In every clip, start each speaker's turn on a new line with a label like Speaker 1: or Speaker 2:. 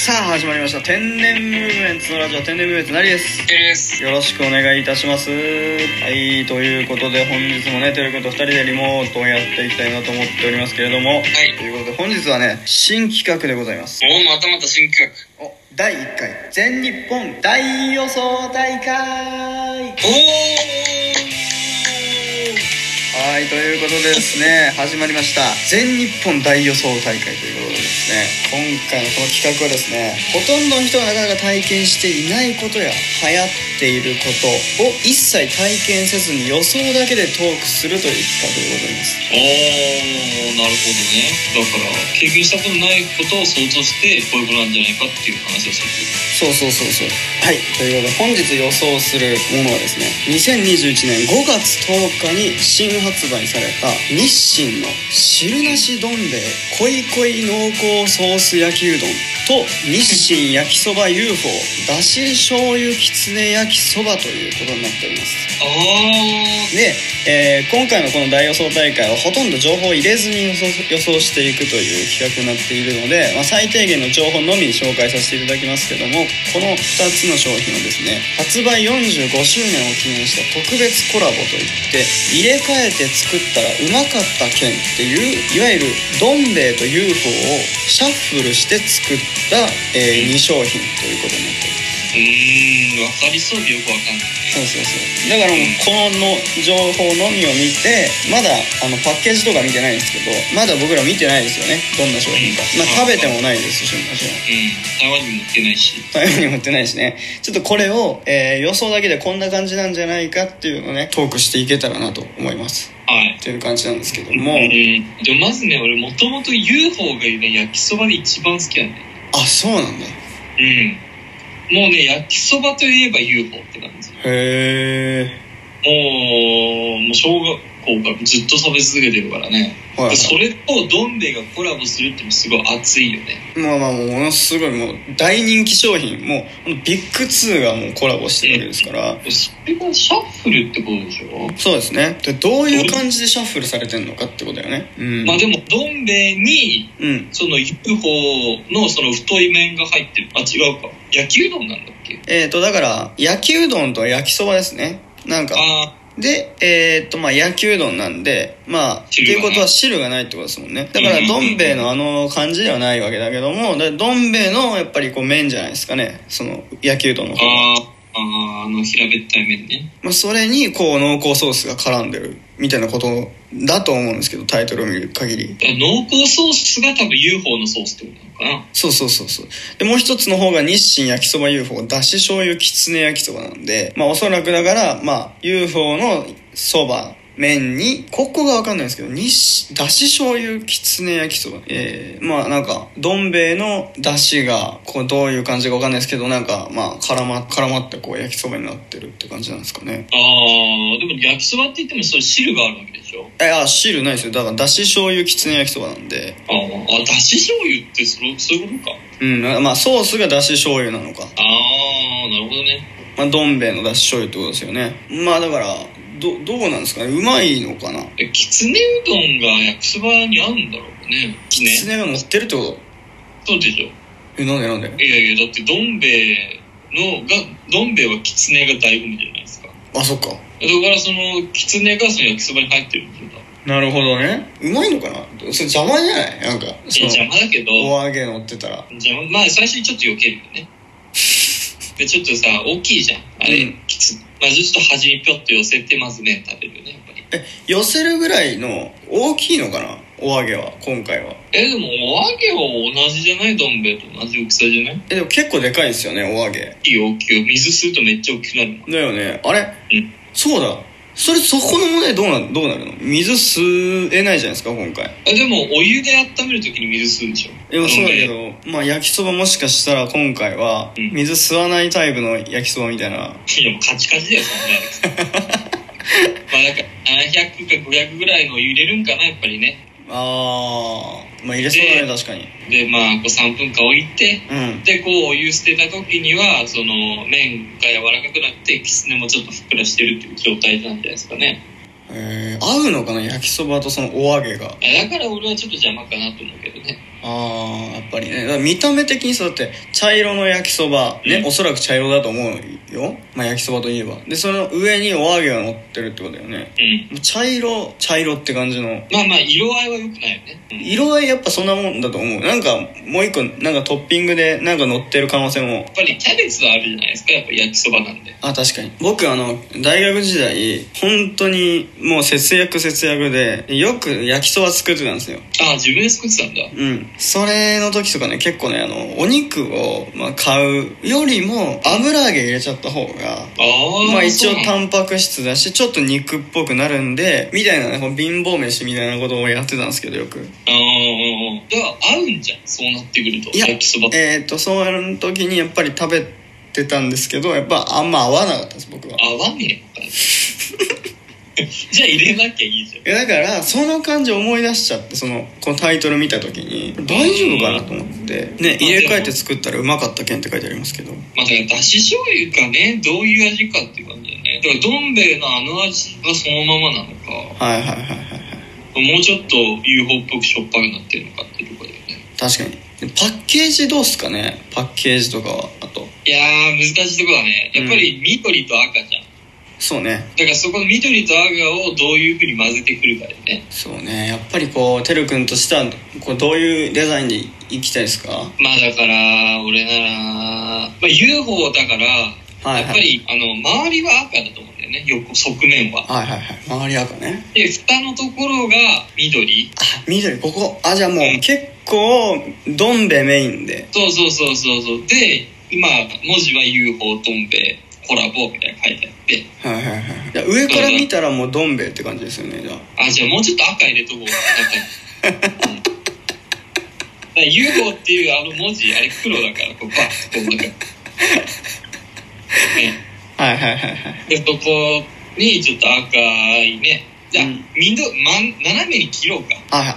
Speaker 1: ました天然ムーブメンツのラジオ天然ムーブメンツなりです
Speaker 2: てるです
Speaker 1: よろしくお願いいたしますはいということで本日もねてるくんと2人でリモートをやっていきたいなと思っておりますけれども
Speaker 2: はい
Speaker 1: ということで本日はね新企画でございます
Speaker 2: おおまたまた新企画
Speaker 1: お第1回全日本大予想大会
Speaker 2: おお
Speaker 1: はいということでですね始まりました全日本大予想大会ということでですね今回のこの企画はですねほとんどの人がなかなか体験していないことや流行っていることを一切体験せずに予想だけでトークするという企画でございます
Speaker 3: おーなるほどねだから経験したことないことを想像してこういうことなんじゃないかっていう話をす
Speaker 1: そう
Speaker 3: る
Speaker 1: そうそうそうはいということで本日予想するものはですね2021年5月10日に新発売された日清の汁なしどん兵衛濃い濃い濃厚ソース焼きうどんと日清焼きそば UFO だし醤油きつね焼きそばということになっております
Speaker 3: ああ
Speaker 1: で、えー今回のこの大予想大会はほとんど情報を入れずに予想予想していくという企画になっているので、まあ、最低限の情報のみ紹介させていただきますけどもこの2つの商品はですね発売45周年を記念した特別コラボといって入れ替えて作ったらうまかった券っていういわゆるどん兵衛と UFO をシャッフルして作った、え2商品ということになっております
Speaker 3: うーんわかりそうでよくわかんない
Speaker 1: そうそうそうだからもうこの情報のみを見てまだあのパッケージとか見てないんですけどまだ僕ら見てないですよねどんな商品か、まあ、食べてもないですしもちろん
Speaker 3: うん台湾にも行ってないし
Speaker 1: 台湾にも売ってないしねちょっとこれを、えー予想だけでこんな感じなんじゃないかっていうのをねトークしていけたらなと思います
Speaker 3: はい
Speaker 1: という感じなんですけども
Speaker 3: うんでもまずね俺もともと UFO がね焼きそばで一番好きなんだよ
Speaker 1: あそうなんだ
Speaker 3: うんもうね焼きそばといえば UFO って感じ
Speaker 1: へ
Speaker 3: もうもう小学校からずっと食べ続けてるからね
Speaker 1: えはい、
Speaker 3: でそれとどん兵衛がコラボするってもすごい熱いよね
Speaker 1: まあまあもうものすごいもう大人気商品もうビッグ2がもうコラボしてるわけですから
Speaker 3: それがシャッフルってことでしょ、
Speaker 1: そうですねでどういう感じでシャッフルされてんのかってことだよねうん
Speaker 3: まあでもどん兵衛に
Speaker 1: うん
Speaker 3: その UFO のその太い麺が入ってるあ違うか焼きうどんなんだっけ
Speaker 1: えっ、ー、とだから焼きうどんと焼きそばですねなんか
Speaker 3: あ
Speaker 1: でえっ、ー、とまあ焼きうどんなんでまあって
Speaker 3: 汁
Speaker 1: い
Speaker 3: がな
Speaker 1: う
Speaker 3: い
Speaker 1: ことは汁がないってことですもんねだから
Speaker 3: うんうん
Speaker 1: ど
Speaker 3: うん
Speaker 1: ん兵衛のあの感じではないわけだけどもだどん兵衛のやっぱりこう麺じゃないですかねその焼きうどんの
Speaker 3: ー
Speaker 1: 方
Speaker 3: あーあーあの平べったい麺ね
Speaker 1: まあ、それにこう濃厚ソースが絡んでるみたいなことだと思うんですけどタイトルを見る限り
Speaker 3: だから濃厚ソースが多分 UFO のソースってことなのか
Speaker 1: そうそうそうそうでもう一つの方が日清焼きそば UFO だし醤油きつね焼きそばなんでまあおそらくだからまあ UFO のそば麺にここがわかんないんですけど日清だし醤油きつね焼きそばえー、まあなんかどん兵衛のだしがこうどういう感じかわかんないですけどなんかまあ絡ま絡まってこう焼きそばになってるって感じなんですかね
Speaker 3: なああでも焼きそばって言ってもそれ汁があるわけでしょ
Speaker 1: えあ汁ないですよだからだし醤油きつね焼きそばなんで
Speaker 3: あーあだし醤油ってそのそういうことか
Speaker 1: うんまあソースがだし醤油なのか
Speaker 3: ああなるほどね
Speaker 1: まあ、どん兵衛のだし醤油ってことですよねまあだからどどうなんですかねうまいのかな
Speaker 3: えきつねうどんが焼きそばに合うんだろうね
Speaker 1: きつ
Speaker 3: ね
Speaker 1: ねが乗ってるってこと
Speaker 3: そうでしょ
Speaker 1: えなんでなんで
Speaker 3: いやいやだってどん兵衛のがどん兵衛はきつねが醍醐味じゃないですかだか
Speaker 1: あそっから
Speaker 3: そのきつねがその焼きそばに入ってるんだよ
Speaker 1: なるほどねうまいのかなそれ邪魔じゃないなんかそ
Speaker 3: い
Speaker 1: の
Speaker 3: や邪魔だけど
Speaker 1: お揚げ乗ってたら
Speaker 3: 邪魔まあ最初にちょっと避けるよ ねでちょっとさ大きいじゃんあれ、
Speaker 1: うん
Speaker 3: きつまあちょっと端にぴょっと寄せてまず麺食べるよねやっぱり
Speaker 1: 寄せるぐらいの大きいのかなお揚げは今回は
Speaker 3: えでもお揚げは同じじゃないどん兵衛と同じ大きさじゃない
Speaker 1: えでも結構でかいですよねお揚げ
Speaker 3: 大きい大きい水吸うとめっちゃ大きくなるな
Speaker 1: だよねあれ、
Speaker 3: うん
Speaker 1: そうだそれそこの問題どうなどうなるの水吸えないじゃないですか今回
Speaker 3: あでもお湯で温めるときに水吸うんでしょ
Speaker 1: いやそうだけど、まあ、焼きそばもしかしたら今回は
Speaker 3: うん
Speaker 1: 水吸わないタイプの焼きそばみたいな、
Speaker 3: いやもうカチカチだよ そんなやつまあなんか700か500ぐらいの入れるんかなやっぱりね
Speaker 1: あーまあ入れそうだね
Speaker 3: で
Speaker 1: 確かに
Speaker 3: でまあこう3分間置いて
Speaker 1: うん
Speaker 3: でこうお湯捨てた時にはその麺が柔らかくなってきつねもちょっとふっくらしてるっていう状態なんじゃないですかね
Speaker 1: えー、合うのかな焼きそばとそのお揚げが
Speaker 3: あだから俺はちょっと邪魔かなと思うけどね
Speaker 1: ああーやっぱりねだから見た目的にさだって茶色の焼きそばね、
Speaker 3: うん
Speaker 1: おそらく茶色だと思うよ、まあ、焼きそばといえばでその上にお揚げが乗ってるってことだよね
Speaker 3: うん。
Speaker 1: もう茶色茶色って感じの
Speaker 3: まあまあ、色合いは良くないよね。うん
Speaker 1: 色合いやっぱそんなもんだと思うなんかもう一個なんかトッピングでなんか乗ってる可能性も
Speaker 3: やっぱりキャベツはあるじゃないですか、やっぱ焼きそばなんで。
Speaker 1: あ確かに僕あの大学時代本当にもう節約節約でよく焼きそば作ってたんですよ
Speaker 3: ああ、自分で作ってたんだ。
Speaker 1: うんそれの時とかね結構ねあのお肉を、まあ、買うよりも油揚げ入れちゃった方が
Speaker 3: ああ、
Speaker 1: まあ一応
Speaker 3: そうなんだ
Speaker 1: タンパク質だしちょっと肉っぽくなるんでみたいなねこう貧乏飯みたいなことをやってたんですけどよく
Speaker 3: ああ、だから合うんじゃん、そうなってくると。
Speaker 1: いや
Speaker 3: 焼きそばって。
Speaker 1: えっ、とその時にやっぱり食べてたんですけどやっぱあんま合わなかったです僕は
Speaker 3: 合わねえのかな じゃあ入れなきゃいいじゃん。
Speaker 1: いやだからその感じ思い出しちゃってそのこのタイトル見た時に大丈夫かなと思ってね入れ替えて作ったらうまかったけんって書いてありますけど
Speaker 3: まあ、だからだし醤油かね、どういう味かっていう感じだよね。だから、どん兵衛のあの味がそのままなのか、
Speaker 1: はいはいはいはいはい
Speaker 3: もうちょっと UFO っぽくしょっぱくなってるのかっていうところだよね。
Speaker 1: 確かにパッケージどうっすかねパッケージとかはあと
Speaker 3: いやー、難しいとこだね。やっぱり緑と赤じゃん。
Speaker 1: そうね
Speaker 3: だからそこの緑と赤をどういうふうに混ぜてくるかだよね。
Speaker 1: そうねやっぱりこうてるくんとしてはこうどういうデザインでいきたいですかは
Speaker 3: まあだから、俺なら、まあ UFO だか
Speaker 1: い
Speaker 3: ら、やっ
Speaker 1: は
Speaker 3: ぱ
Speaker 1: い
Speaker 3: り、あの、周りは赤だと思うんだよね。横、側面は。
Speaker 1: はいはいはい周り赤ね
Speaker 3: で、蓋のところが緑。
Speaker 1: あ緑ここあじゃあもう結構どんべメインで
Speaker 3: そうそうそうそうそう。で、今、文字は UFO、トンペ、コラボみたいなの書いてあって。
Speaker 1: はいはいはいじゃあ上から見たらもうどんべって感じですよねじゃあ
Speaker 3: あ、じゃあもうちょっと赤入れとこう。 なんかうんだから UFO っていうあの文字、あれ黒だから、こう、バッとこ う、なんか。ね
Speaker 1: はいはいはいはい
Speaker 3: で、ここにちょっと赤いね。じゃあ、
Speaker 1: うん
Speaker 3: みど、まん、斜めに切ろうか。
Speaker 1: ああ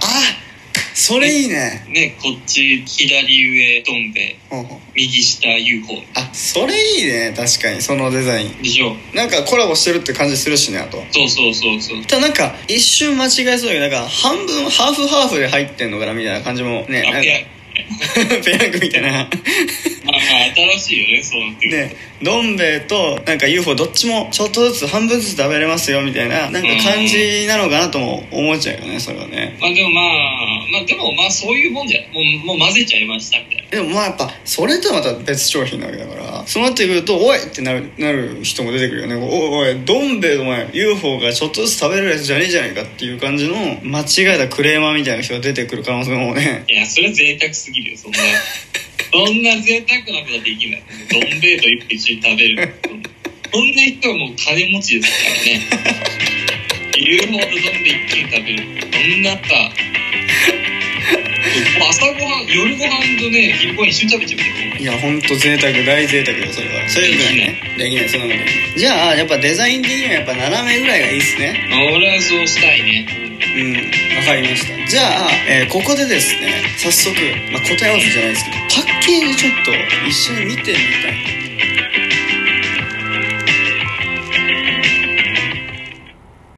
Speaker 1: それいいね
Speaker 3: ね、こっち、左上、どん兵衛、
Speaker 1: ほうほう
Speaker 3: 右下、UFO。
Speaker 1: あそれいいね確かにそのデザイン
Speaker 3: でしょ
Speaker 1: なんかコラボしてるって感じするしねあと
Speaker 3: そうそうそうそう。
Speaker 1: ただなんか一瞬間違えそうだけどなんか半分ハーフハーフで入ってんのかなみたいな感じもね
Speaker 3: あ、
Speaker 1: なん
Speaker 3: いや、
Speaker 1: か ペヤングみたいな
Speaker 3: まあまあ、新しいよね、そうなってくる
Speaker 1: ねどん兵衛となんか UFO どっちもちょっとずつ半分ずつ食べれますよみたいななんか感じなのかなとも思っちゃうよねそれはね
Speaker 3: と。まあでもまあ、まあでもまあそういうもんじゃない。もう、もう混ぜちゃいました、みたいな。
Speaker 1: でもまあやっぱそれとはまた別商品なわけだからそうなってくると「おい!」ってなるなる人も出てくるよね「おおいどん兵衛お前 UFO がちょっとずつ食べるやつじゃねえじゃねえか」っていう感じの間違えたクレーマーみたいな人が出てくる可能性も ね
Speaker 3: いや、それは贅沢すぎるよ、そんな。そんな贅沢なことはできない。どん兵衛と一緒に食べる。そんな人はもう金持ちですからね。言うほどどん兵衛一気に食べる。そんなさ、朝ごはん、夜ごはんとね、昼ごはん一緒に食べちゃうよ。
Speaker 1: いやほんと贅沢大贅沢よそれはそれよくないねできないそんなことじゃあやっぱデザイン的にはやっぱ斜めぐらいがいいっすね
Speaker 3: 俺はそうしたいね。
Speaker 1: うんわかりましたじゃあ、えーここでですね早速、まあ、答え合わせじゃないですけどパッケージちょっと一緒に見てみたい